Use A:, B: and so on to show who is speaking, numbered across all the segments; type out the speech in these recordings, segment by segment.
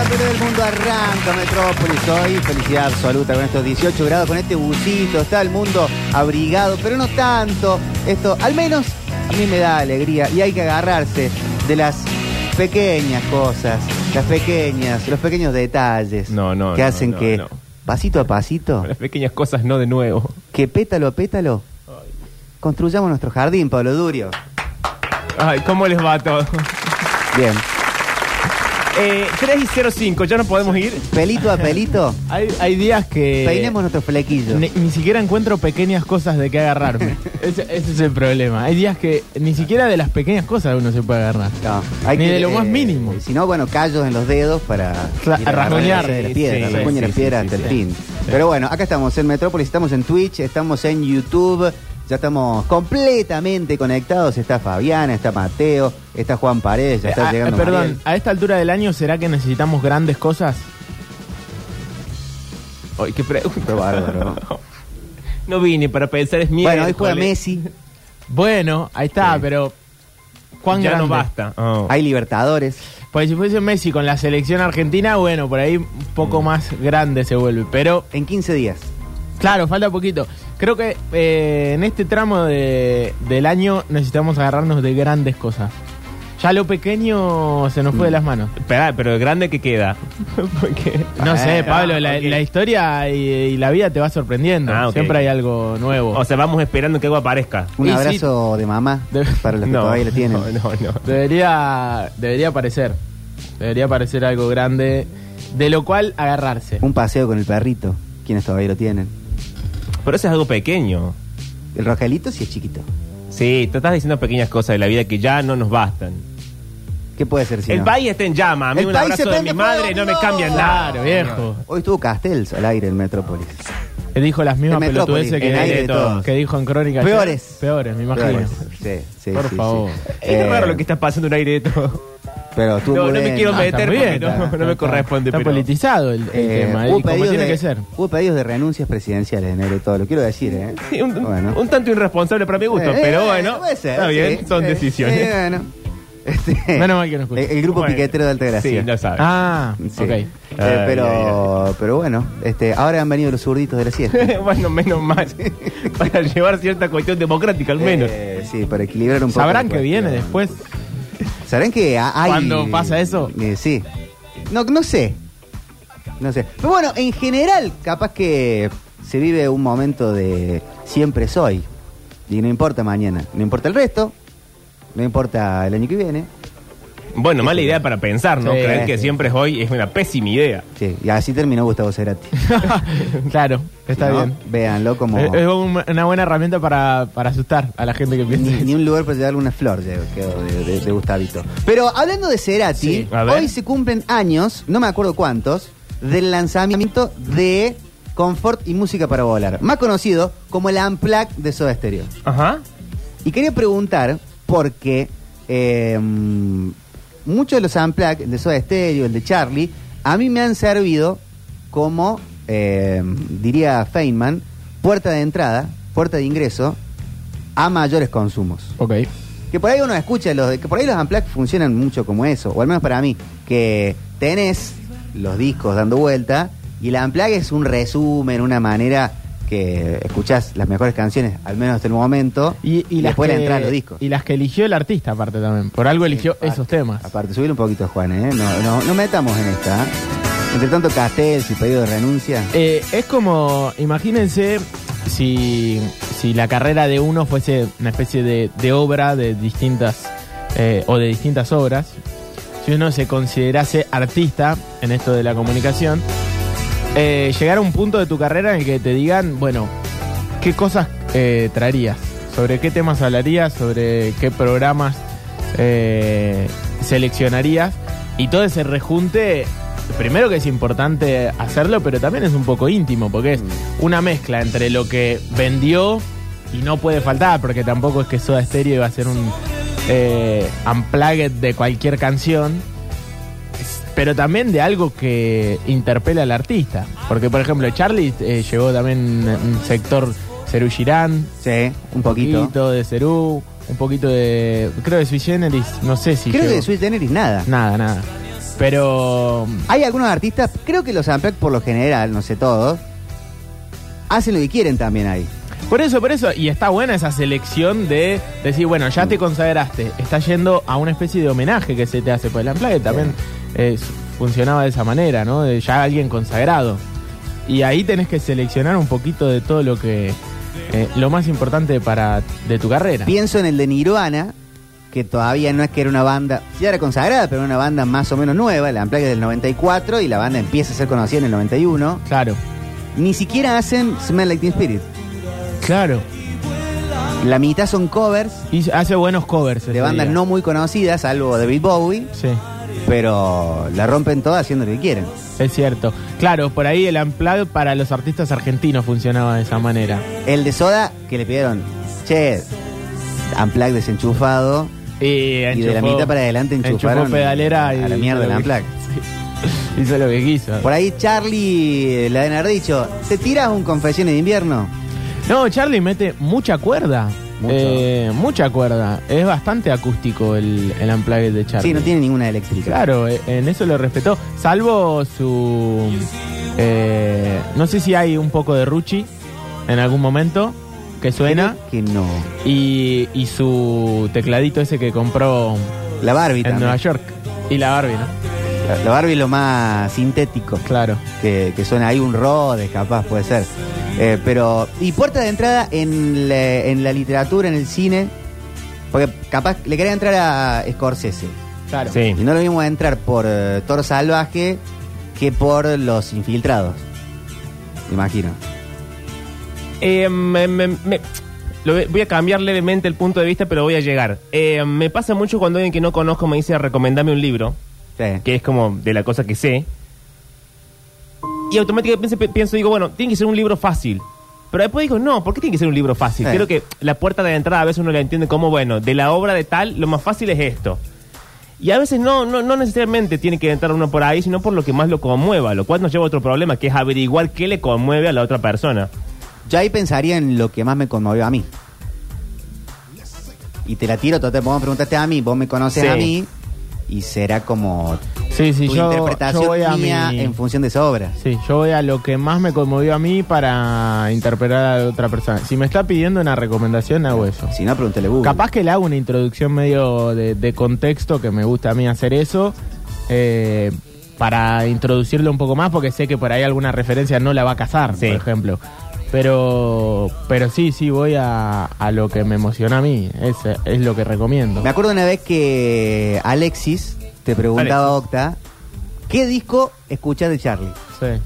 A: Alrededor del mundo arranca Metrópolis hoy. Felicidad absoluta con estos 18 grados, con este busito. Está el mundo abrigado, pero no tanto. Esto al menos a mí me da alegría y hay que agarrarse de las pequeñas cosas, las pequeñas, los pequeños detalles
B: No, no,
A: que
B: no,
A: hacen
B: no,
A: que
B: no.
A: pasito a pasito,
B: Las pequeñas cosas no de nuevo.
A: que pétalo a pétalo, construyamos nuestro jardín, Pablo Durio.
B: Ay, ¿cómo les va a todos?
A: Bien,
B: Eh, 3 y 05, ¿ya no podemos ir?
A: pelito a pelito,
C: Hay, hay días
B: Eh,
C: que
A: peinemos nuestro flequillo.
C: ni, ni siquiera encuentro pequeñas cosas de qué agarrarme. ese, ese es el problema. Hay días que ni siquiera de las pequeñas cosas uno se puede agarrar.
A: No, eh,
C: Ni de lo más mínimo.
A: Si no, bueno, callos en los dedos para
C: Ra-
A: ir a
C: rasguñar.
A: agarrarse de las
B: Sí,
A: piedras,
B: sí,
A: rasguñar
B: sí,
A: las piedras
B: sí,
A: hasta
B: sí,
A: el
B: sí.
A: fin. Pero bueno, acá estamos en Metrópolis, estamos en Twitch, estamos en YouTube, ya estamos completamente conectados. Está Fabiana, está Mateo, está Juan Paredes, ya está
C: Ah, eh,
A: llegando.
C: perdón,
A: Mariel.
C: a esta altura del año, ¿será que necesitamos grandes cosas?
B: Ay, qué
A: Qué
B: pregunta.
A: bárbaro.
B: No vine para pensar, es mierda.
A: bueno, hoy juega Messi,
C: Bueno, ahí está,
A: Sí.
C: pero. ¿Cuán
B: ya
C: grande?
B: no basta. Oh.
A: hay Libertadores.
C: Porque si fuese Messi con la selección argentina, bueno, por ahí un poco
A: Mm.
C: más grande se vuelve. Pero
A: En 15 días.
C: Claro, falta poquito. Creo que eh, en este tramo de- del año necesitamos agarrarnos de grandes cosas. Ya lo pequeño se nos fue de las manos.
B: Esperá, pero el grande que queda. Porque...
C: No
A: Ah,
C: sé, Pablo, la,
B: ok.
C: la historia y, y la vida te va sorprendiendo.
B: Ah, ok.
C: Siempre hay algo nuevo.
B: O sea, vamos esperando que algo aparezca.
A: Un
C: Y sí.
A: abrazo de mamá
C: De-
A: para los que todavía lo tienen.
B: No, no, no.
C: debería, debería aparecer. Debería aparecer algo grande de lo cual agarrarse.
A: Un paseo con el perrito, quienes todavía lo tienen.
B: Pero eso es algo pequeño.
A: El Rogelito sí es chiquito.
B: Sí, te estás diciendo pequeñas cosas de la vida que ya no nos bastan.
A: ¿Qué puede ser si
B: el
A: no?
B: país está en llama. A mí
A: El
B: un
A: país se
B: abrazo de
A: prende
B: mi madre
A: fuego,
B: no me
A: no.
B: cambia nada.
C: Claro, viejo.
A: Hoy estuvo Castells al aire en Metrópolis.
C: Él dijo las mismas
A: En Metrópolis,
C: pelotudeces
B: en aire
C: que,
B: de todos.
C: que dijo en Crónica. ayer.
A: Peores.
C: Peores, me imagino.
A: Peores. Sí, sí,
C: Por
A: sí,
C: favor.
A: sí.
B: Este Es
A: Eh,
B: raro lo que está pasando en aire de todo.
A: Pero tú
B: No, no me quiero
C: Ah, está
B: meter
C: muy
B: porque
C: bien,
B: no-
C: está-
B: no me
C: está-
B: corresponde,
C: Está
B: pero-
C: politizado el, el
A: Eh,
C: tema, y
A: hubo,
C: como
A: pedidos
C: tiene
A: de,
C: que ser.
A: hubo pedidos de renuncias presidenciales en enero y todo, lo quiero decir, ¿eh?
B: Sí, un, un-
A: Bueno.
B: un tanto irresponsable para mi gusto,
A: Eh,
B: pero
A: eh,
B: bueno,
A: puede ser,
B: está
A: sí, eh,
B: bien, son
A: sí,
B: decisiones.
A: sí, bueno. Este,
C: Menos mal que no escucho.
A: El, el grupo
B: Bueno.
A: piquetero de Altagracia.
B: Sí, lo sabe.
C: Ah,
A: Sí. Eh,
C: ok.
B: Ay,
A: pero,
B: ay,
A: pero bueno, este, ahora han venido los zurditos de la siesta.
B: bueno, menos mal. Para llevar cierta cuestión democrática, al menos.
A: Eh, sí, para equilibrar un poco.
C: Sabrán
A: la
C: que viene
A: cuestión.
C: después.
A: ¿Sabrán que ha- hay...
C: ¿Cuándo pasa eso?
A: Eh, sí. No, no sé. No sé. Pero bueno, en general, capaz que se vive un momento de siempre soy. Y no importa mañana. No importa el resto. No importa el año que viene.
B: bueno, mala idea para pensar, ¿no?
C: Sí,
B: Creer que
A: sí.
B: siempre es hoy es una pésima idea.
A: Sí, y así terminó Gustavo Cerati.
C: claro, está
A: ¿No?
C: bien.
A: Véanlo como...
C: Es, es un- una buena herramienta para, para asustar a la gente que piensa.
A: Ni,
C: eso.
A: ni un lugar para llevarle una flor llegó- quedó de, de- de Gustavito. Pero hablando de Cerati,
B: Sí, a ver.
A: hoy se cumplen años, no me acuerdo cuántos, del lanzamiento de Confort y Música para Volar, más conocido como el Amplac de Soda Stereo.
B: Ajá.
A: Y quería preguntar, porque eh, muchos de los Amplac, el de Soda Stereo, el de Charlie, a mí me han servido como, eh, diría Feynman, puerta de entrada, puerta de ingreso a mayores consumos.
C: Ok.
A: Que por ahí uno escucha los de- que por ahí los Amplac funcionan mucho como eso, o al menos para mí, que tenés los discos dando vuelta y la Amplac es un resumen, una manera que escuchás las mejores canciones, al menos hasta el momento,
C: Y, y las
A: después
C: que,
A: de entrar a los discos.
C: Y las que eligió el artista, aparte también. Por algo eligió
A: Aparte-
C: esos temas.
A: Aparte, subir un poquito, Juan, ¿eh? No, no, no metamos en esta. ¿eh? Entre tanto, Castells y pedido de renuncia.
C: Eh, es como, imagínense si, si la carrera de uno fuese una especie de, de obra de distintas eh, o de distintas obras. Si uno se considerase artista en esto de la comunicación, eh, llegar a un punto de tu carrera en el que te digan, bueno, ¿qué cosas eh, traerías? ¿Sobre qué temas hablarías? ¿Sobre qué programas eh, seleccionarías? Y todo ese rejunte, primero que es importante hacerlo, pero también es un poco íntimo, porque es una mezcla entre lo que vendió y no puede faltar, porque tampoco es que Soda Stereo iba a ser un eh, unplugged de cualquier canción, pero también de algo que interpela al artista. Porque, por ejemplo, Charlie eh, llegó también un sector Cerú Girán,
A: Sí, un
C: un
A: poquito.
C: poquito de Cerú, un poquito de. Creo de Sui Generis, no sé si.
A: Creo que
C: llegó.
A: de Sweet Generis nada.
C: Nada, nada. Pero
A: Hay algunos artistas, creo que los Amplac por lo general, no sé todos, hacen lo que quieren también ahí.
C: Por eso, por eso. Y está buena esa selección de decir, bueno, ya te consagraste. Está yendo a una especie de homenaje que se te hace. Pues el Unplugged también eh, s- funcionaba de esa manera, ¿no? De ya alguien consagrado. Y ahí tenés que seleccionar un poquito de todo lo que... eh, lo más importante para de tu carrera.
A: Pienso en el de Nirvana, que todavía no es que era una banda, ya era consagrada, pero era una banda más o menos nueva. El Amplac es del 94 y la banda empieza a ser conocida en el 91.
C: Claro,
A: Ni siquiera hacen Smell Like Teen Spirit.
C: claro.
A: La mitad son covers
C: Y hace buenos covers.
A: de
C: ese
A: bandas
C: día.
A: no muy conocidas, salvo David Bowie,
C: Sí,
A: pero la rompen toda haciendo lo que quieren.
C: es cierto. Claro, por ahí el Unplugged para los artistas argentinos funcionaba de esa manera.
A: El de Soda, que le pidieron, che, Amplac desenchufado,
C: Y,
A: Y de la mitad para adelante enchufaron
C: enchufó pedalera
A: a
C: y
A: la mierda
C: hizo
A: la
C: lo que-
A: Unplugged.
C: Sí. Hizo lo que quiso.
A: Por ahí Charlie eh, le deben haber dicho, ¿te tiras un confesiones de invierno?
C: No, Charlie mete mucha cuerda.
A: Mucho.
C: Eh, mucha cuerda. Es bastante acústico el, el Unplugged de Charlie.
A: Sí, no tiene ninguna eléctrica.
C: Claro, eh, en eso lo respetó. Salvo su... eh, no sé si hay un poco de Ruchi en algún momento que suena.
A: Creo Que no.
C: Y, y su tecladito ese que compró
A: La Barbie
C: en
A: también.
C: Nueva York. Y la Barbie, ¿no?
A: La- La Barbie es lo más sintético
C: Claro.
A: que, que suena. Hay un Rhodes, capaz, puede ser. Eh, pero, y puerta de entrada en la, en la literatura, en el cine. Porque capaz le quería entrar a Scorsese.
C: Claro.
B: Sí.
A: Y no lo vimos entrar por eh, Toro Salvaje que por Los Infiltrados. Me imagino.
B: Eh, me- me- me- lo ve- voy a cambiar levemente el punto de vista, pero voy a llegar. Eh, me pasa mucho cuando alguien que no conozco me dice recomendame un libro,
A: Sí.
B: que es como de la cosa que sé. Y automáticamente pienso, pienso, digo, bueno, tiene que ser un libro fácil. Pero después digo, no, ¿por qué tiene que ser un libro fácil?
A: Sí.
B: Creo que la puerta de entrada a veces uno la entiende como, bueno, de la obra de tal, lo más fácil es esto. Y a veces no, no, no necesariamente tiene que entrar uno por ahí, sino por lo que más lo conmueva, lo cual nos lleva a otro problema, que es averiguar qué le conmueve a la otra persona.
A: Yo ahí pensaría en lo que más me conmovió a mí. Y te la tiro, total, vos me preguntaste a mí, vos me conoces
B: Sí.
A: a mí, y será como
C: Sí, sí,
A: tu
C: yo,
A: interpretación
C: yo voy a
A: mía
C: mi-
A: en función de esa obra.
C: Sí, yo voy a lo que más me conmovió a mí para interpretar a otra persona. Si me está pidiendo una recomendación, hago eso.
A: Si no, pregúntale Google.
C: Capaz que le hago una introducción medio de, de contexto, que me gusta a mí hacer eso, eh, para introducirlo un poco más, porque sé que por ahí alguna referencia no la va a cazar,
B: Sí.
C: por ejemplo. Pero, pero sí, sí, voy a, a lo que me emociona a mí. Es, es lo que recomiendo.
A: Me acuerdo una vez que Alexis te preguntaba, Octa, ¿qué disco escuchás de Charlie?
C: Sí.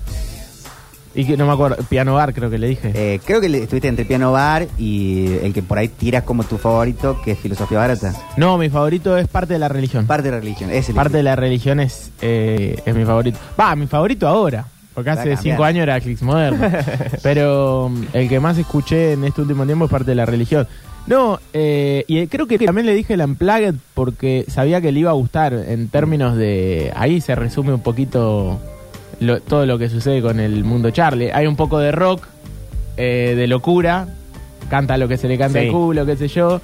C: Y que no me acuerdo, Piano Bar creo que le dije.
A: Eh, creo que le- estuviste entre Piano Bar y el que por ahí tiras como tu favorito, que es Filosofía Barata.
C: No, mi favorito es Parte de la Religión.
A: Parte de la religión, es el
C: Parte de la religión es, eh, es mi favorito. Va, mi favorito ahora. Porque
A: Va a
C: hace
A: cambiar.
C: cinco años era Clicks Moderno. Pero mm, el que más escuché en este último tiempo es parte de la religión. No, eh, y creo que también le dije el Unplugged porque sabía que le iba a gustar en términos de... Ahí se resume un poquito lo- todo lo que sucede con el mundo Charlie. Hay un poco de rock, eh, de locura. Canta lo que se le canta
B: Sí.
C: el culo, qué sé yo.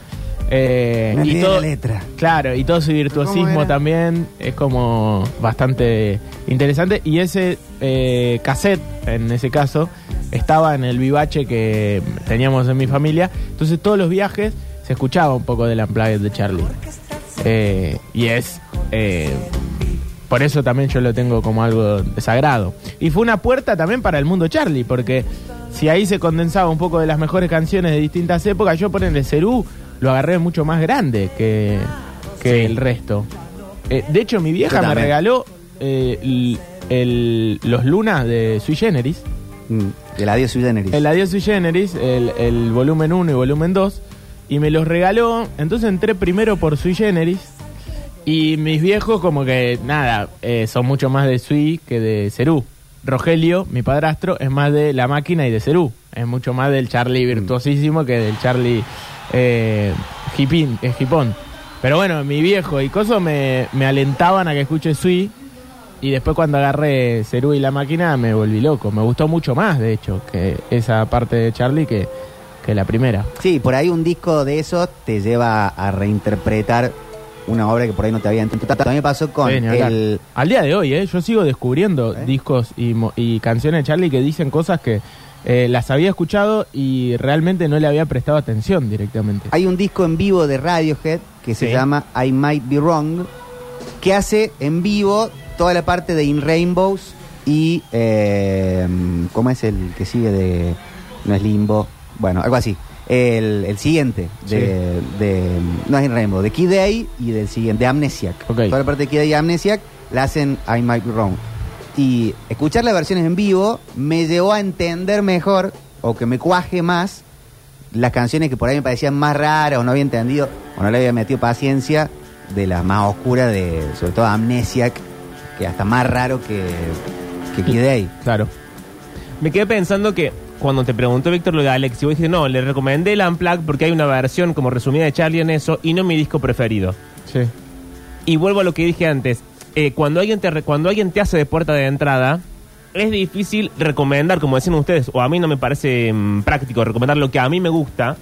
C: Eh,
A: No
C: y
A: tiene la
C: todo-
A: letra.
C: Claro, y todo su
A: ¿Cómo
C: virtuosismo
A: era?
C: también es como bastante interesante. Y ese eh, cassette, en ese caso, estaba en el vivache que teníamos en mi familia. Entonces todos los viajes se escuchaba un poco del Unplugged de Charlie. Eh, y es... eh, por eso también yo lo tengo como algo sagrado. Y fue una puerta también para el mundo Charlie, porque si ahí se condensaba un poco de las mejores canciones de distintas épocas, yo por el Cerú lo agarré mucho más grande que, que el resto. Eh, de hecho, mi
A: Yo
C: vieja me
A: también.
C: regaló eh, l- el- los lunas de Sui Generis.
A: Mm, El adiós sui generis.
C: El Adiós Sui Generis, el, el volumen 1 y volumen 2, y me los regaló. Entonces entré primero por Sui Generis. Y mis viejos, como que nada, eh, son mucho más de Sui que de Cerú. Rogelio, mi padrastro, es más de La Máquina y de Cerú. Es mucho más del Charlie virtuosísimo que del Charlie eh, hipín, eh, hipón. Pero bueno, mi viejo y coso me, me alentaban a que escuche Sui. Y después cuando agarré Cerú y la máquina me volví loco. Me gustó mucho más, de hecho, que esa parte de Charlie que, que la primera.
A: Sí, por ahí un disco de esos te lleva a reinterpretar una obra que por ahí no te habían A mí me pasó con
C: Sí, ni hablar.
A: el...
C: Al día de hoy, ¿eh? yo sigo descubriendo
A: ¿Eh?
C: discos y, mo- y canciones de Charlie que dicen cosas que eh, las había escuchado y realmente no le había prestado atención directamente.
A: Hay un disco en vivo de Radiohead que se
C: Sí.
A: llama I Might Be Wrong, que hace en vivo toda la parte de In Rainbows y. eh, ¿Cómo es el que sigue de.? No es Limbo. Bueno, algo así. El, el siguiente de, de- No es In Rainbow, de Kid Day y del siguiente, de Amnesiac.
C: Ok.
A: Toda la parte de Kid Day y Amnesiac la hacen I Might Be Wrong. Y escuchar las versiones en vivo me llevó a entender mejor o que me cuaje más las canciones que por ahí me parecían más raras o no había entendido o no le había metido paciencia de las más oscuras de sobre todo Amnesiac que hasta más raro que que Kid Day.
C: Claro.
B: Me quedé pensando que cuando te preguntó Víctor lo de Alex, y vos dije, no, le recomendé el Unplugged porque hay una versión como resumida de Charlie en eso y no mi disco preferido.
C: Sí.
B: Y vuelvo a lo que dije antes. Eh, cuando, alguien te, re- cuando alguien te hace de puerta de entrada, es difícil recomendar, como decían ustedes, o a mí no me parece mm, práctico recomendar lo que a mí me gusta,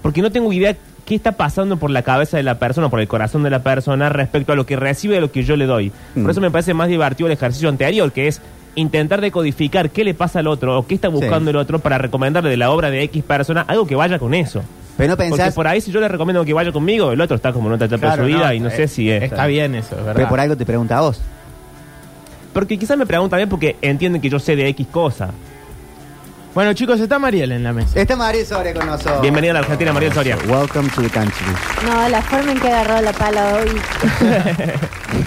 B: porque no tengo idea qué está pasando por la cabeza de la persona, por el corazón de la persona, respecto a lo que recibe de lo que yo le doy.
A: Mm.
B: Por eso me parece más divertido el ejercicio anterior, que es intentar decodificar qué le pasa al otro o qué está buscando el otro para recomendarle de la obra de X persona algo que vaya con eso.
A: Pero no
B: Porque
A: pensás,
B: por ahí si yo le recomiendo que vaya conmigo, el otro está como en otra etapa
C: Claro,
B: de su vida
C: no,
B: y no
C: eh,
B: sé si es.
C: Está bien eso, es
A: pero
C: ¿verdad?
A: por algo te pregunta a vos.
B: Porque quizás me preguntan bien porque entienden que yo sé de X cosa.
C: Bueno, chicos, está Mariel en la mesa.
A: Está María Soria con nosotros.
B: Bienvenida a la Argentina, María Soria.
A: Welcome to the country.
D: No, la forma en que agarró la pala hoy.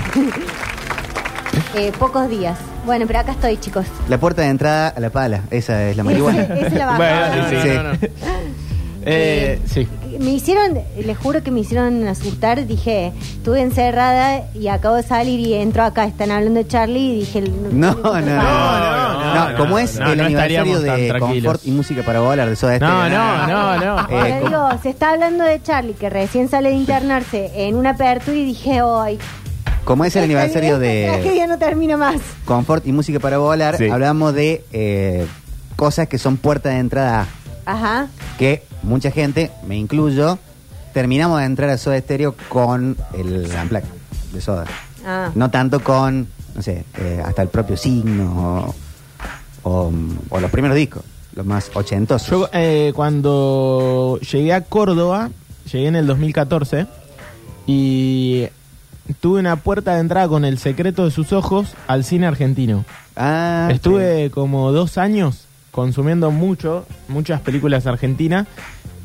D: Eh, pocos días. Bueno, pero acá estoy, chicos.
A: La puerta de entrada a la pala, esa es la
D: Esa
A: marihuana.
D: esa es la
B: Bueno,
D: bajada.
B: sí,
A: sí.
C: Eh, sí.
D: Me hicieron, les juro que me hicieron asustar. Dije, estuve encerrada y acabo de salir y entro acá. Están hablando de Charlie y dije,
A: No, no, Eh, no, no,
C: no,
A: no, como es
C: no,
A: el
C: no
A: aniversario
C: estaríamos tan
A: de
C: tranquilos.
A: Confort y música para volar de Soda
C: No,
A: Stereo.
C: no, no, no.
A: Eh,
D: Ahora
A: ¿cómo?
D: digo, se está hablando de Charlie que recién sale de internarse en una apertura y dije, hoy.
A: Como es el aniversario
D: La
A: de
D: tragedia no termina más.
A: Confort y música para volar,
B: Sí.
A: hablamos de eh, cosas que son puerta de entrada,
D: Ajá.
A: que mucha gente, me incluyo, terminamos de entrar a Soda Stereo con el Amplac de Soda.
D: Ah.
A: No tanto con, no sé, eh, hasta el propio signo o, o, o los primeros discos, los más ochentosos.
C: Yo eh, cuando llegué a Córdoba, llegué en el 2014 y tuve una puerta de entrada con El secreto de sus ojos al cine argentino.
A: Ah,
C: Estuve como dos años consumiendo mucho, muchas películas argentinas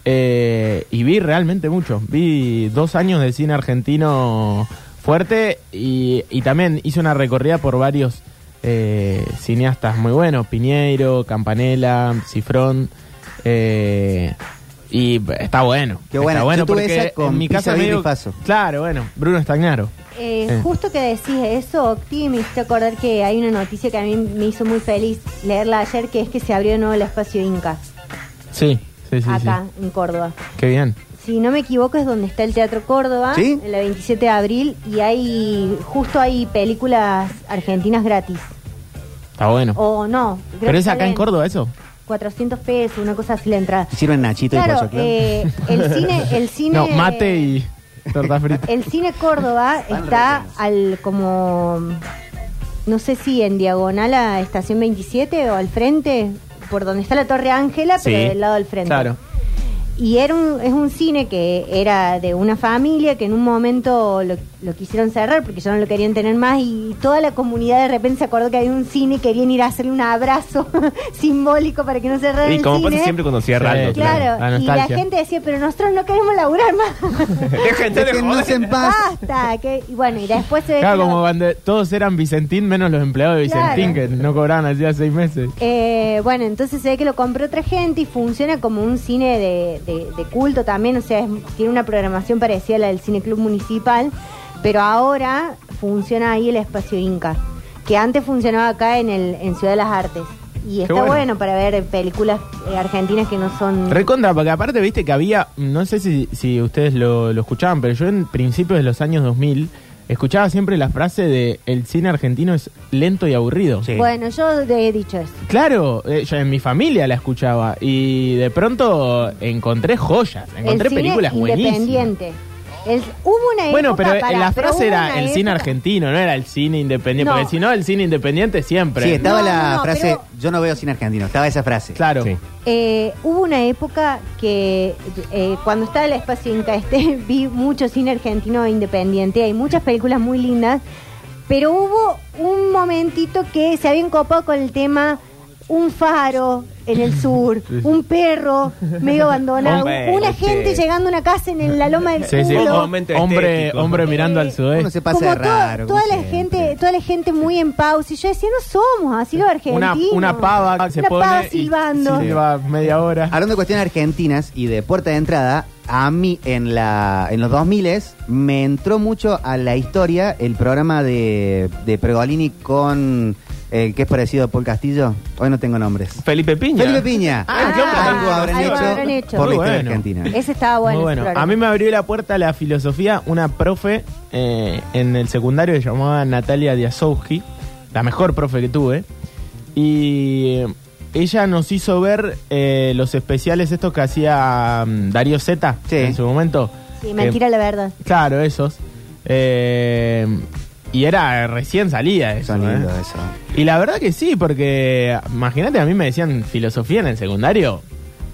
C: eh, y vi realmente mucho. Vi dos años de cine argentino fuerte y, y también hice una recorrida por varios eh, cineastas muy buenos, Piñeiro, Campanella, Cifrón. eh, y está bueno.
A: Qué buena.
C: Está
A: Yo
C: bueno
A: tuve
C: porque
A: esa con
C: en mi
A: Pizza
C: casa
A: Birria y
C: medio-
A: Faso.
C: Claro, bueno, Bruno Stagnaro.
D: Eh,
C: Eh.
D: Justo que decís eso, Octi, me hiciste acordar que hay una noticia que a mí me hizo muy feliz leerla ayer, que es que se abrió de nuevo el espacio Inca,
C: Sí, sí, sí.
D: acá, en Córdoba.
C: sí. Qué bien.
D: Si no me equivoco es donde está el Teatro Córdoba,
A: ¿Sí?
D: en la 27 de abril, y hay, justo hay películas argentinas gratis.
C: Está bueno.
D: O no. creo
C: ¿Pero
D: que
C: es acá en
D: salen
C: Córdoba eso?
D: 400 pesos, una cosa así la entrada.
A: Sirven Nachito y
D: Claro,
A: Pollo Clon.
D: eh, el cine, el cine...
C: No, mate y torta frita.
D: El cine Córdoba está al como no sé si en diagonal a estación 27 o al frente, por donde está la Torre Ángela, pero
B: Sí,
D: del lado del frente.
C: Claro.
D: Y era un, es un cine que era de una familia que en un momento lo, lo quisieron cerrar porque ya no lo querían tener más y toda la comunidad de repente se acordó que había un cine y querían ir a hacerle un abrazo simbólico para que no cerrara
B: Y
D: el
B: como pasa
D: cine.
B: siempre cuando cierra
C: Sí,
B: algo.
D: Claro,
C: La
D: y la
C: nostalgia.
D: gente decía, pero nosotros no queremos laburar más.
B: Déjense de joder.
A: Déjennos en paz.
D: Basta, que, y bueno, y después se ve
C: Claro,
D: que
C: como
D: lo-
C: bande- todos eran Vicentín menos los empleados de Vicentín
D: Claro.
C: que no cobraban hacía seis meses.
D: Eh, bueno, entonces se ve que lo compró otra gente y funciona como un cine de, de- de culto también, o sea, es- tiene una programación parecida a la del Cine Club Municipal, pero ahora funciona ahí el espacio Inca, que antes funcionaba acá en, el, en Ciudad de las Artes. Y está
C: bueno.
D: bueno. para ver películas eh, argentinas que no son...
C: Recontra, porque aparte viste que había, no sé si, si ustedes lo, lo escuchaban, pero yo en principios de los años 2000 escuchaba siempre la frase de el cine argentino es lento y aburrido.
A: Sí.
D: Bueno, yo he dicho eso.
C: Claro, eh, yo en mi familia la escuchaba y de pronto encontré joyas, encontré
D: el cine
C: películas buenísimas.
D: independiente. El- hubo una
C: Bueno,
D: época
C: pero eh,
D: para-
C: la
D: pero
C: frase
D: hubo
C: era
D: una
C: el cine
D: época-
C: argentino, no era el cine independiente.
D: No.
C: Porque si no, el cine independiente siempre.
A: Sí, estaba
D: No,
A: la
D: no, no,
A: frase,
D: pero-
A: yo no veo cine argentino, estaba esa frase.
C: Claro.
B: Sí.
D: Eh, hubo una época que eh, cuando estaba el espacio Inca este, vi mucho cine argentino independiente, hay muchas películas muy lindas, pero hubo un momentito que se habían copado con el tema un faro en el sur, un perro medio abandonado,
B: Un perro,
D: una gente
B: che.
D: llegando a una casa en el- la loma del
C: Sí, sí.
D: culo.
B: Un momento
C: Hombre,
B: estético.
C: hombre mirando
D: Eh,
C: al sudeste.
A: Uno se pasa
D: Como
A: de
D: to-
A: raro.
D: toda
A: como
D: la
A: siempre.
D: gente, toda la gente muy en pausa. Y yo decía, no somos así los
C: una,
D: argentinos.
C: una pava se
D: Una
C: pone
D: pava
C: y
D: silbando.
C: silba media hora.
A: Hablando de cuestiones argentinas y de puerta de entrada, a mí en, la, en los 2000 me entró mucho a la historia el programa de, de Pregolini con el que es parecido a Paul Castillo. Hoy no tengo nombres.
B: Felipe Piña.
A: Felipe Piña.
D: Ah,
A: algo habrán
D: algo
A: hecho,
D: habrán hecho.
A: por la
C: Muy
A: historia
C: bueno.
A: argentina.
D: Ese estaba bueno.
C: Muy
D: ese
C: bueno.
D: programa.
C: A mí me abrió la puerta a la filosofía una profe eh, en el secundario que llamaba Natalia Diazowski, la mejor profe que tuve. Y eh, ella nos hizo ver eh, los especiales estos que hacía mm, Darío Zeta
A: Sí.
C: en su momento.
D: Sí,
C: Que-
D: mentira la verdad.
C: Claro, esos. Eh, y era recién salida eso.
A: Son lindos
C: ¿eh?
A: eso.
C: Y la verdad que sí, porque imagínate, a mí me decían filosofía en el secundario.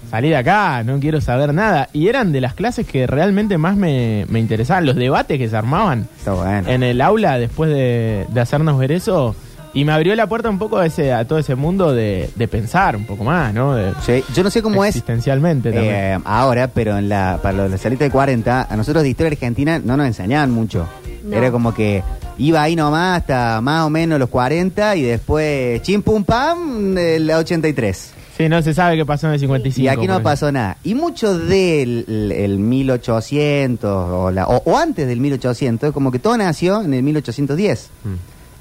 C: Salí de acá, no quiero saber nada. Y eran de las clases que realmente más me, me interesaban, los debates que se armaban
A: Está bueno.
C: en el aula después de, de hacernos ver eso. Y me abrió la puerta un poco a, ese, a todo ese mundo de, de pensar un poco más, ¿no? De-
A: Sí, yo no sé cómo es
C: existencialmente también.
A: eh, ahora, pero en la, para lo de la salita de 40, a nosotros de historia argentina no nos enseñaban mucho.
D: No.
A: Era como que iba ahí nomás hasta más o menos los 40 y después chim pum pam, el 83.
C: sí, no se sabe qué pasó en el 55.
A: y aquí no
C: por ejemplo.
A: pasó nada. Y mucho del el- el 1800 o, la- o- o antes del 1800, como que todo nació en el 1810.
C: Mm.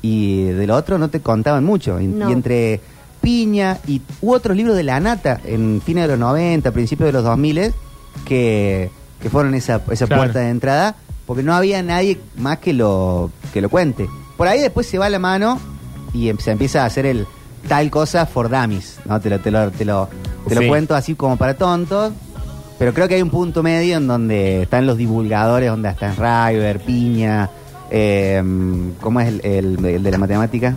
A: Y de lo otro no te contaban mucho. Y,
D: No.
A: y entre Piña y u otros libros de la nata en fines de los 90, principios de los 2000, que, que fueron esa, esa
C: Claro.
A: puerta de entrada, porque no había nadie más que lo, que lo cuente. Por ahí después se va la mano y em- se empieza a hacer el tal cosa for dummies, ¿no? Te lo, te lo, te lo, te lo
B: Sí.
A: cuento así como para tontos, pero creo que hay un punto medio en donde están los divulgadores, donde están River, Piña, eh, ¿cómo es el, el- el de la matemática?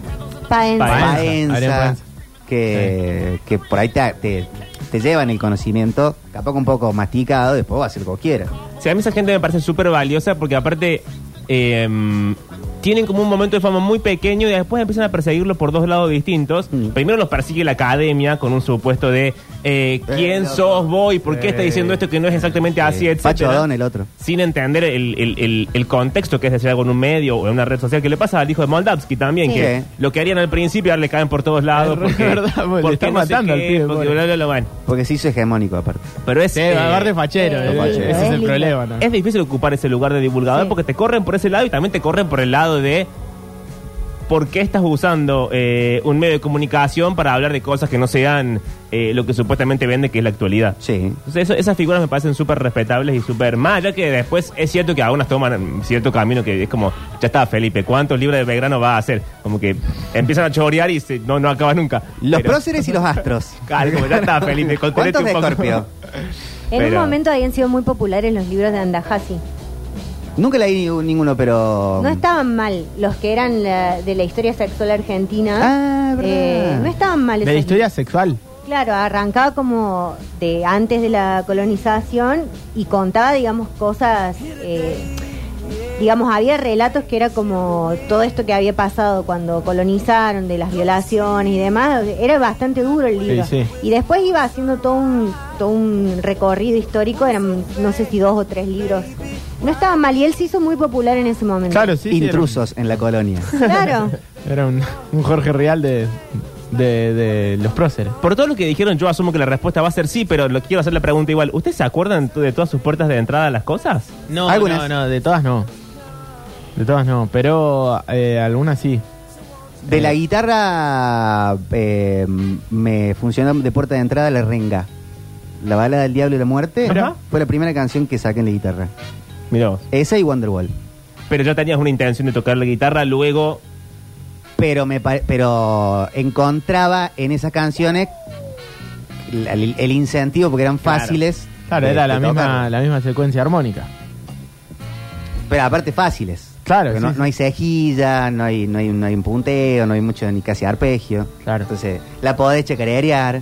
D: Paenza.
C: Paenza.
A: Paenza,
C: Adrián Paenza.
A: Que, que por ahí te, te, te llevan el conocimiento, capaz que un poco masticado, después va a ser cualquiera.
B: Sí, a mí esa gente me parece súper valiosa porque aparte eh, tienen como un momento de fama muy pequeño y después empiezan a perseguirlo por dos lados distintos.
A: Mm.
B: Primero los persigue la academia con un supuesto de eh,
A: Eh,
B: quién
A: loco.
B: sos vos y por qué
C: Eh.
B: está diciendo esto que no es exactamente así, etc.
A: Eh, Pacho Adón, el otro.
B: Sin entender el, el- el- el contexto que es decir algo en un medio o en una red social que le pasa al hijo de Moldavsky también,
D: Sí.
B: que
A: Sí.
B: lo que harían al principio ahora le caen por todos lados.
C: Es
B: Porque,
C: verdad, porque le están
B: no sé
C: matando al
B: qué,
C: pibe,
B: porque
C: pobre.
B: bla, bla, bla, bueno.
A: Porque se hizo hegemónico aparte.
B: Pero es,
C: Sí,
B: eh,
C: va a de fachero,
D: Sí,
C: eh,
A: fachero.
C: ese es
D: Es
C: el
D: lindo.
C: problema. ¿no?
B: Es difícil ocupar ese lugar de divulgador
D: Sí.
B: porque te corren por ese lado y también te corren por el lado de por qué estás usando eh, un medio de comunicación para hablar de cosas que no sean eh, lo que supuestamente vende, que es la actualidad.
A: Sí.
B: Entonces, eso- esas figuras me parecen súper respetables y súper más, ya que después es cierto que algunas toman mm, cierto camino que es como, ya está Felipe, ¿cuántos libros de Belgrano va a hacer? Como que empiezan a chorear y se- no, no acaba nunca.
A: Los
B: Pero-
A: próceres y los astros.
B: Claro, como ya está Felipe, contenete
A: ¿Cuántos de
B: un poco.
A: Scorpio?
D: En
B: Pero-
D: un momento habían sido muy populares los libros de Andajasi.
A: Nunca leí ni- ninguno, pero.
D: No estaban mal los que eran la- de la historia sexual argentina.
A: Ah, verdad.
D: Eh, no estaban mal.
C: De
D: esos
C: la historia sexual.
D: Claro, arrancaba como de antes de la colonización y contaba, digamos, cosas, eh, digamos, había relatos que era como todo esto que había pasado cuando colonizaron, de las violaciones y demás, era bastante duro el libro.
C: Sí, sí.
D: Y después iba haciendo todo un, todo un recorrido histórico, eran no sé si dos o tres libros. No estaba mal y él se hizo muy popular en ese momento.
C: Claro, sí. sí, era un-
A: Intrusos en la colonia.
D: Claro.
C: Era un, un Jorge Real de, de, de los próceres.
B: Por todo lo que dijeron, yo asumo que la respuesta va a ser sí, pero lo quiero hacer la pregunta igual. ¿Ustedes se acuerdan de todas sus puertas de entrada a las cosas?
C: No,
A: Algunas.
C: no, no, de todas no. De todas no, pero eh, algunas sí.
A: De
C: Eh.
A: la guitarra eh, me funcionó de puerta de entrada la renga. La balada del diablo y la muerte
B: Ajá.
A: fue la primera canción que saqué en la guitarra.
B: Mirá vos.
A: Esa y Wonderwall.
B: Pero ya tenías una intención de tocar la guitarra, luego
A: Pero me pare- pero encontraba en esas canciones la- el, el incentivo porque eran
B: Claro.
A: fáciles.
C: Claro,
A: de-
C: era
A: de
C: la
A: tocar.
C: misma, la misma secuencia armónica.
A: Pero aparte fáciles.
C: Claro,
A: Porque
C: sí,
A: no,
C: sí.
A: no hay cejilla, no hay, no, hay, no hay un punteo, no hay mucho ni casi arpegio.
C: Claro.
A: Entonces, la podés chacarear,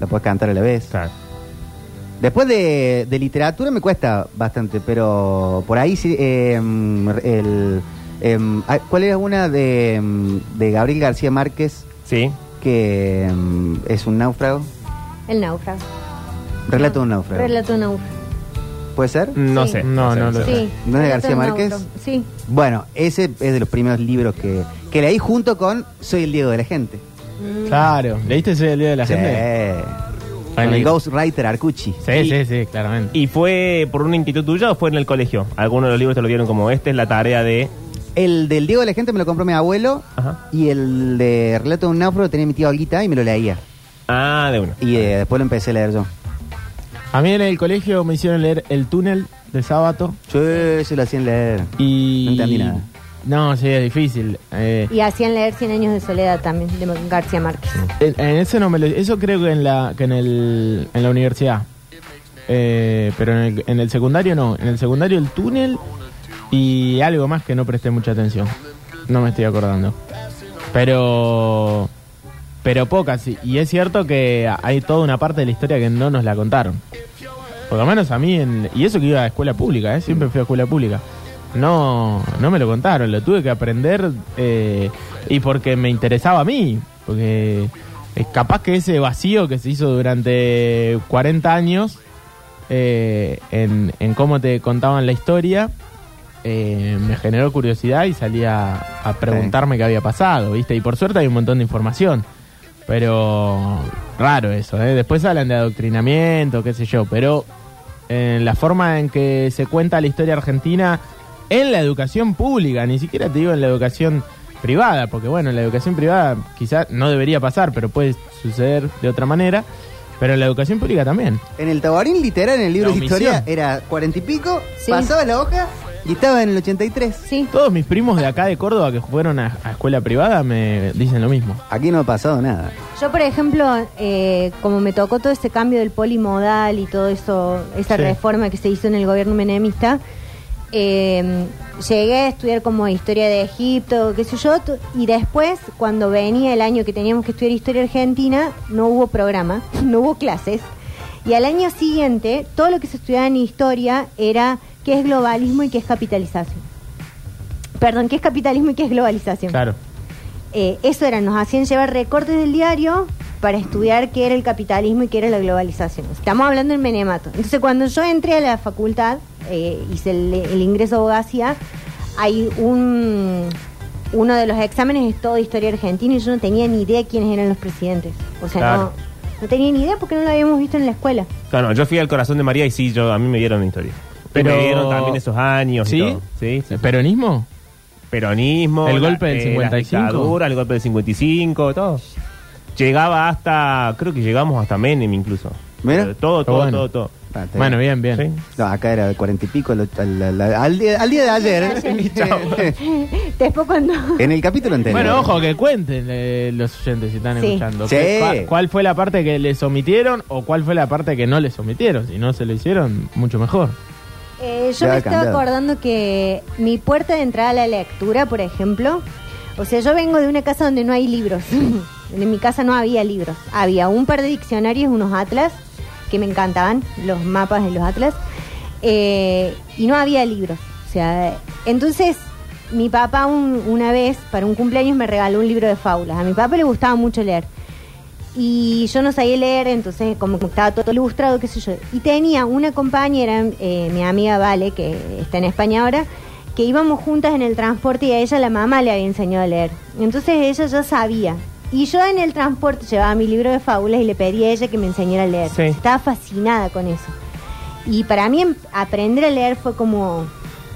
A: la podés cantar a la vez.
B: Claro.
A: Después de, de literatura me cuesta bastante, pero por ahí sí. eh, el, em, ah, ¿Cuál era una de, em, de Gabriel García Márquez
B: Sí.
A: que em, es un náufrago?
D: El náufrago.
A: Relato de un náufrago.
D: Relato de un náufrago.
A: ¿Puede ser?
C: Mm.
B: No
D: Sí.
B: sé.
C: No, no
B: sé,
C: lo
B: sé.
D: Sí.
A: ¿No es de García
D: Relato un
A: Márquez?
D: náufrago. Sí.
A: Bueno, ese es de los primeros libros que, que leí junto con Soy el Diego de la Gente.
D: Mm.
C: Claro. ¿Leíste ese día de la
A: Sí.
C: gente?
A: Con
C: Ahí.
A: el Ghostwriter Arcucci.
C: Sí, sí, sí, claramente.
B: ¿Y fue por una inquietud tuya o fue en el colegio? Algunos de los libros te lo dieron como este, es la tarea de...
A: El del Diego de la Gente me lo compró mi abuelo
B: Ajá.
A: y el de Relato de un Náufrago tenía mi tía Olguita y me lo leía.
B: Ah, de uno.
A: Y eh, después lo empecé a leer yo.
C: A mí en el colegio me hicieron leer El túnel de sábado
A: Yo se lo hacían leer.
C: y...
A: No entendí nada.
C: No, sí, es difícil. Eh,
D: Y hacían leer 100 años de soledad también de García Márquez.
C: en, en ese no me lo... Eso creo que en la, que en el, en la universidad. Eh, pero en el, en el secundario no. En el secundario El túnel y algo más que no presté mucha atención. No me estoy acordando. Pero... Pero pocas. y- Y es cierto que hay toda una parte de la historia que no nos la contaron. Por lo menos a mí, en- y eso que iba a escuela pública, ¿eh? siempre fui a escuela pública. No, no me lo contaron, lo tuve que aprender eh, y porque me interesaba a mí, porque es capaz que ese vacío que se hizo durante 40 años eh, en, en cómo te contaban la historia, eh, me generó curiosidad y salí a, a preguntarme qué había pasado, ¿viste? Y por suerte hay un montón de información. Pero raro eso, ¿eh? Después hablan de adoctrinamiento, qué sé yo, pero en la forma en que se cuenta la historia argentina en la educación pública, ni siquiera te digo en la educación privada, porque bueno, en la educación privada quizás no debería pasar, pero puede suceder de otra manera, pero en la educación pública también.
A: En el Tabarín literal, en el libro
C: La
A: de
C: omisión.
A: historia, era cuarenta y pico,
D: Sí.
A: pasaba la hoja y estaba en el 83.
D: Sí.
C: Todos mis primos de acá de Córdoba que fueron a, a escuela privada me dicen lo mismo.
A: Aquí no ha pasado nada.
D: Yo, por ejemplo, eh, como me tocó todo este cambio del polimodal y todo eso, esa
C: Sí.
D: reforma que se hizo en el gobierno menemista, eh, llegué a estudiar como historia de Egipto, qué sé yo, tu- y después, cuando venía el año que teníamos que estudiar historia argentina, no hubo programa, no hubo clases, y al año siguiente, todo lo que se estudiaba en historia era qué es globalismo y qué es capitalización. Perdón, qué es capitalismo y qué es globalización.
C: Claro.
D: Eh, eso era, nos hacían llevar recortes del diario para estudiar qué era el capitalismo y qué era la globalización. Estamos hablando del menemato. Entonces, cuando yo entré a la facultad, eh, hice el, el ingreso a abogacía, hay un. Uno de los exámenes es todo de historia argentina y yo no tenía ni idea quiénes eran los presidentes. O sea,
B: Claro.
D: no, no tenía ni idea porque no lo habíamos visto en la escuela.
B: No, no, yo fui al corazón de María y sí, yo, a mí me dieron historia. Pero...
C: Pero-
B: Me dieron también esos años y
C: ¿Sí?
B: todo. Sí, sí.
C: ¿Peronismo?
B: Peronismo.
C: El
B: la-
C: golpe del
B: eh,
C: 55.
B: La dictadura, el golpe del 55, todo. Llegaba hasta, creo que llegamos hasta Menem incluso.
A: Mira.
B: Pero Todo, todo,
C: Bueno.
B: todo, todo.
A: Ah, está
C: Bueno, bien, bien.
B: Sí.
A: No, acá era de cuarenta y pico lo- al, al- al día, al día de ayer.
D: Después cuando...
A: en el capítulo anterior.
C: Bueno, ojo, que cuenten eh, los oyentes si están
D: Sí.
C: escuchando.
A: Sí.
C: ¿Qué- cua- ¿Cuál fue la parte que les omitieron o cuál fue la parte que no les omitieron? Si no se lo hicieron, mucho mejor.
D: Eh, yo
A: Ya
D: me
A: ha
D: estaba
A: cambiado.
D: acordando que mi puerta de entrada a la lectura, por ejemplo, o sea, yo vengo de una casa donde no hay libros. en mi casa no había libros. Había un par de diccionarios, unos atlas, que me encantaban, los mapas de los atlas, eh, y no había libros. O sea, entonces mi papá un- una vez, para un cumpleaños, me regaló un libro de fábulas. A mi papá le gustaba mucho leer. Y yo no sabía leer, entonces como que estaba todo ilustrado, qué sé yo. Y tenía una compañera, eh, mi amiga Vale, que está en España ahora, que íbamos juntas en el transporte y a ella la mamá le había enseñado a leer. Entonces ella ya sabía. Y yo en el transporte llevaba mi libro de fábulas y le pedía a ella que me enseñara a leer.
B: Sí.
D: Estaba fascinada con eso. Y para mí em- aprender a leer fue como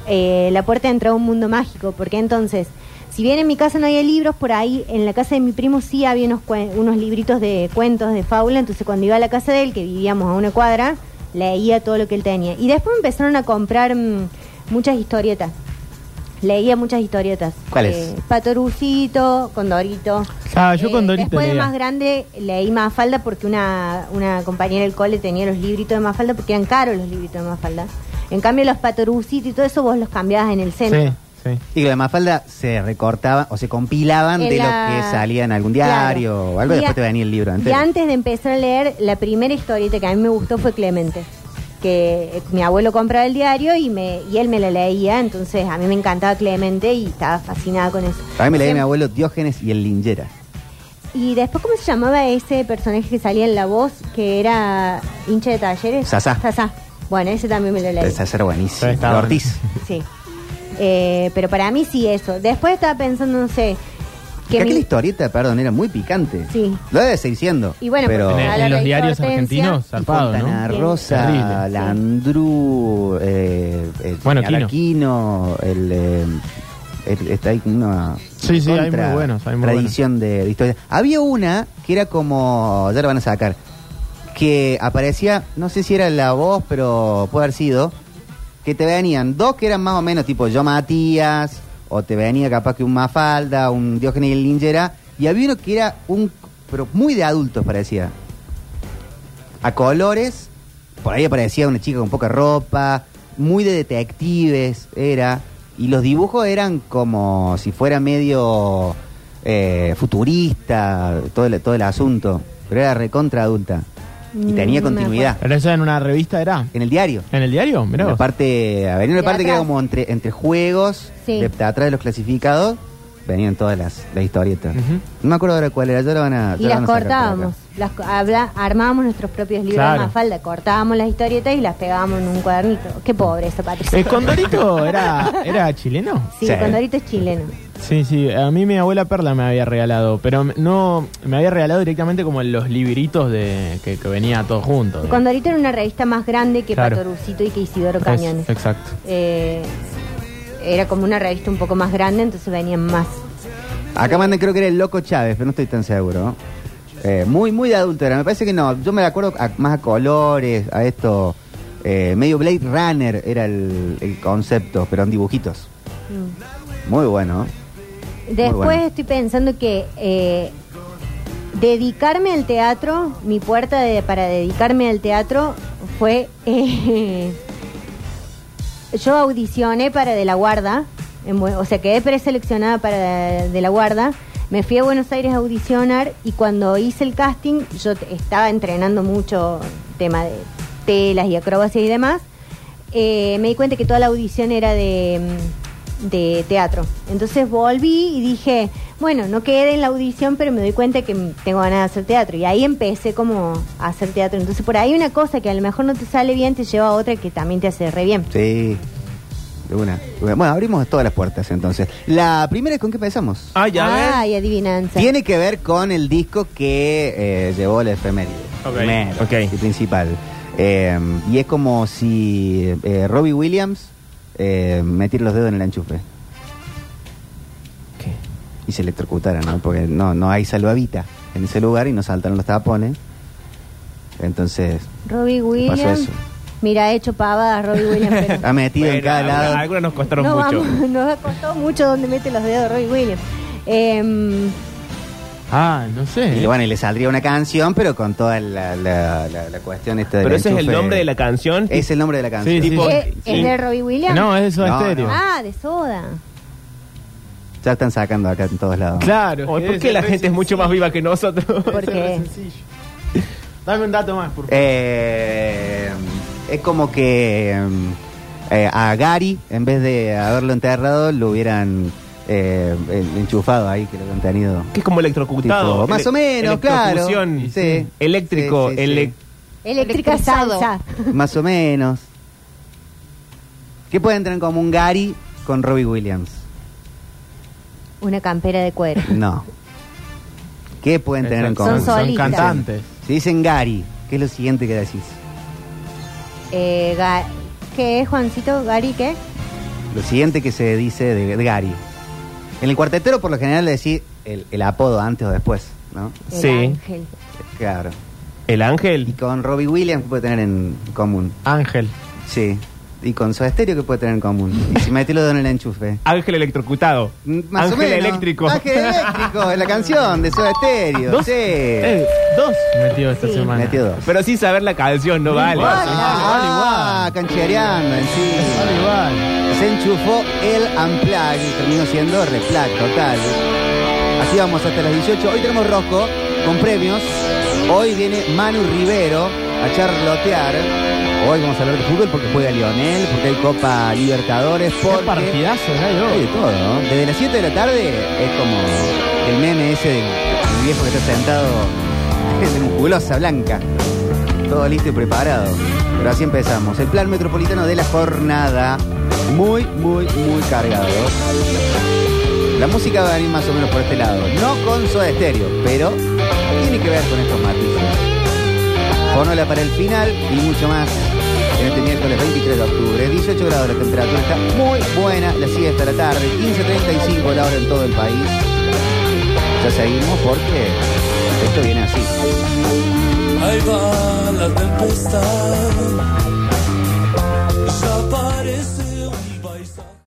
D: eh, la puerta de entrada a un mundo mágico, porque entonces, si bien en mi casa no había libros, por ahí en la casa de mi primo sí había unos, cuen- unos libritos de cuentos, de fábula, entonces cuando iba a la casa de él, que vivíamos a una cuadra, leía todo lo que él tenía. Y después me empezaron a comprar mm, muchas historietas. Leía muchas historietas.
A: ¿Cuáles?
D: Patorucito, Condorito. Eh,
C: Ah, yo Condorito
D: Después de
C: leía.
D: más grande leí Mafalda porque una, una compañera del cole tenía los libritos de Mafalda porque eran caros los libritos de Mafalda. En cambio, los patorucitos y todo eso vos los cambiabas en el centro.
C: Sí, sí.
A: Y que la mafalda se recortaban o se compilaban
D: En
A: de
D: la-
A: lo que salía en algún diario
D: Claro.
A: o algo.
D: Y
A: Después
D: a-
A: te venía el libro
D: Y
A: entero.
D: antes de empezar a leer, la primera historieta que a mí me gustó fue Clemente. Que eh, mi abuelo compraba el diario y, me, y él me la leía. Entonces, a mí me encantaba Clemente y estaba fascinada con eso.
A: A mí me leía
D: Siempre-
A: mi abuelo Diógenes y el Lingera.
D: Y después, ¿cómo se llamaba ese personaje que salía en La Voz, que era hincha de talleres?
A: Sasá.
D: Sasá. Bueno, ese también me lo leí.
A: Esa era buenísimo.
C: Está
A: De
C: bueno.
A: Ortiz.
D: Sí. Eh, pero para mí sí eso. Después estaba pensando, no sé...
A: Que
D: mi-
A: aquella historieta, perdón, era muy picante.
D: Sí.
A: Lo debe seguir siendo.
D: Y bueno,
B: Oh.
A: pero...
D: porque-
C: En, en
D: la
C: los
D: ley
C: diarios
D: Hortensia
C: argentinos,
D: y
A: Y
C: zarpado,
A: Fontana
C: ¿no?
D: Bien.
A: Rosa,
C: Terrible.
A: Landru, eh, eh,
C: Bueno,
A: Alarquino, el, eh, el- está ahí una
C: Sí, sí, hay muy
A: contra-
C: buenos, hay muy
A: tradición De, de historia. Había una que era como, ya la van a sacar, que aparecía, no sé si era la voz, pero puede haber sido, que te venían dos que eran más o menos tipo yo Matías, o te venía capaz que un Mafalda, un Diógenes Lingera, y había uno que era un, pero muy de adultos parecía, a colores, por ahí aparecía una chica con poca ropa, muy de detectives era, y los dibujos eran como si fuera medio eh, futurista, todo el, todo el asunto, pero era recontra adulta, y
D: Mm,
A: tenía
D: no me
A: continuidad,
C: Pero eso en una revista era.
A: en el diario.
C: ¿En el diario? Mirá
A: En la
C: vos.
A: parte, había una
D: De
A: parte que era
D: atrás.
A: como entre, entre juegos,
D: Sí.
A: de, de atrás de los clasificados, venían todas las, las historietas.
C: Ujú.
A: No me acuerdo ahora cuál era, ya la van a...
D: Y
A: ya la van
D: las
A: a sacar por acá.
D: cortábamos, las, co- habla- armábamos nuestros propios libros
C: Claro.
D: de mafalda, cortábamos las historietas y las pegábamos en un cuadernito. Qué pobre esa Patricia.
C: ¿El Condorito era, era chileno?
D: Sí,
A: Sí.
D: el Condorito es chileno.
C: Sí, sí, a mí mi abuela Perla me había regalado, pero m- no, me había regalado directamente como los libritos de que, que venía todo junto.
D: El
C: ¿no?
D: Condorito era una revista más grande que
C: Claro.
D: Patorucito y que Isidoro
C: Es-
D: Cañones.
C: exacto.
D: Eh, era como una revista un poco más grande, entonces venían más.
A: Acá mandan, creo que era el Loco Chávez, pero no estoy tan seguro. Eh, muy, muy de adulto era. Me parece que no. Yo me la acuerdo a- más a colores, a esto. eh, medio Blade Runner era el, el concepto, pero en dibujitos.
D: Mm.
A: Muy bueno. ¿eh?
D: Después
A: bueno.
D: estoy pensando que eh, dedicarme al teatro, mi puerta de- para dedicarme al teatro fue... eh, yo audicioné para De la Guarda, en Bue- o sea, quedé preseleccionada para De, de la Guarda. Me fui a Buenos Aires a audicionar y cuando hice el casting, yo t- estaba entrenando mucho tema de telas y acrobacias y demás. Eh, me di cuenta que toda la audición era de, mm, de teatro. Entonces volví y dije, bueno, no quedé en la audición, pero me doy cuenta que mm, tengo ganas de hacer teatro. Y ahí empecé como a hacer teatro. Entonces por ahí una cosa que a lo mejor no te sale bien, te lleva a otra que también te hace re bien.
A: Sí. De una. de una. Bueno, abrimos todas las puertas entonces. La primera es con qué empezamos.
B: Ah, ya ves.
D: Ay, adivinanza.
A: Tiene que ver con el disco que eh, llevó la efeméride.
B: Ok,
A: Primero,
B: ok.
A: y principal. Eh, y es como si eh, Robbie Williams eh, metiera los dedos en el enchufe.
B: ¿Qué?
A: y se electrocutaron, ¿no? Porque no, no hay salvavita en ese lugar y no saltaron los tapones. Entonces,
D: Robbie
A: pasó
D: Williams.
A: eso?
D: Mira, ha hecho pavadas Robbie Williams. pero-
A: ha metido en
B: Bueno,
A: cada
B: algunas-
A: lado.
B: Algunas nos costaron
D: no,
B: mucho.
D: vamos, nos ha costado mucho donde mete los dedos Robbie Williams. Em,
C: Ah, no sé.
A: Y bueno, y le saldría una canción, pero con toda la, la- la- la cuestión esta del
B: Pero ese es el
A: enchufe.
B: nombre de la canción.
A: Es el nombre de la canción.
C: Sí,
B: Tipo-
D: ¿es,
B: sí.
D: es de Robbie Williams?
C: No, es eso
A: No,
C: estéreo.
A: no.
D: Ah, de soda.
A: Ya están sacando acá en todos lados.
C: Claro.
B: Hoy, ¿Por
C: es-
B: qué la
C: es-
B: gente es mucho más viva que nosotros?
D: ¿Por qué?
C: Dame un dato más, por favor.
A: Eh, es como que mm, eh, a Gary, en vez de haberlo enterrado, lo hubieran eh, en- enchufado ahí, que lo hubieran tenido.
B: Que es como electrocutado.
A: Tipo, más o menos, claro.
B: Electrocución.
A: Sí.
B: Eléctrico.
A: Sí, sí, sí.
B: ele-
D: Eléctrica
E: Electrizado.
D: salsa.
A: Más o menos. ¿Qué pueden tener en común Gary con Robbie Williams?
D: Una campera de cuero.
A: No. ¿Qué pueden tener en
C: Son-
A: común?
D: Son
C: Son,
D: solistas.
C: cantantes.
A: Si dicen Gary, ¿qué es lo siguiente que decís?
D: Eh, Ga- ¿Qué es, Juancito? ¿Gary qué?
A: Lo siguiente que se dice de, de Gary. En el cuartetero, por lo general, le decís el, el apodo antes o después, ¿no?
D: El
B: Sí.
D: ángel.
A: Claro.
B: El
A: Y
B: ángel.
A: con Robbie Williams, ¿qué puede tener en común?
C: Ángel.
A: Sí. y con su estéreo que puede tener en común. Y si metelo en el enchufe.
B: Ángel electrocutado.
A: Mm, Más
B: Ángel
A: o menos.
B: eléctrico.
A: Ángel eléctrico, es la canción de Soda Stereo.
B: Dos.
A: Sí.
B: Eh, dos.
C: Metió esta
D: Sí.
C: semana.
A: Metió dos.
B: Pero sin saber la canción, no vale.
C: Igual,
A: Ah, canchereando en sí. Se enchufó el Unplug y terminó siendo Replac total. Así vamos hasta las 18. Hoy tenemos Rosco con premios. Hoy viene Manu Rivero a charlotear. Hoy vamos a hablar de fútbol porque juega Lionel, porque hay Copa Libertadores.
C: Qué
A: Porque...
C: partidazo, gallo.
A: Hay de todo, ¿no? Desde las 7 de la tarde es como el meme ese del del viejo que está sentado de musculosa blanca. Todo listo y preparado. Pero así empezamos. El plan metropolitano de la jornada. Muy, muy, muy cargado. La música va a venir más o menos por este lado. No con soda estéreo, pero tiene que ver con estos matices. Ponola para el final y mucho más. En este miércoles 23 de octubre, 18 grados la temperatura, está muy buena la siesta de la tarde, 15.35 la hora en todo el país. Ya seguimos porque esto viene así.
E: Ahí va la tempestad.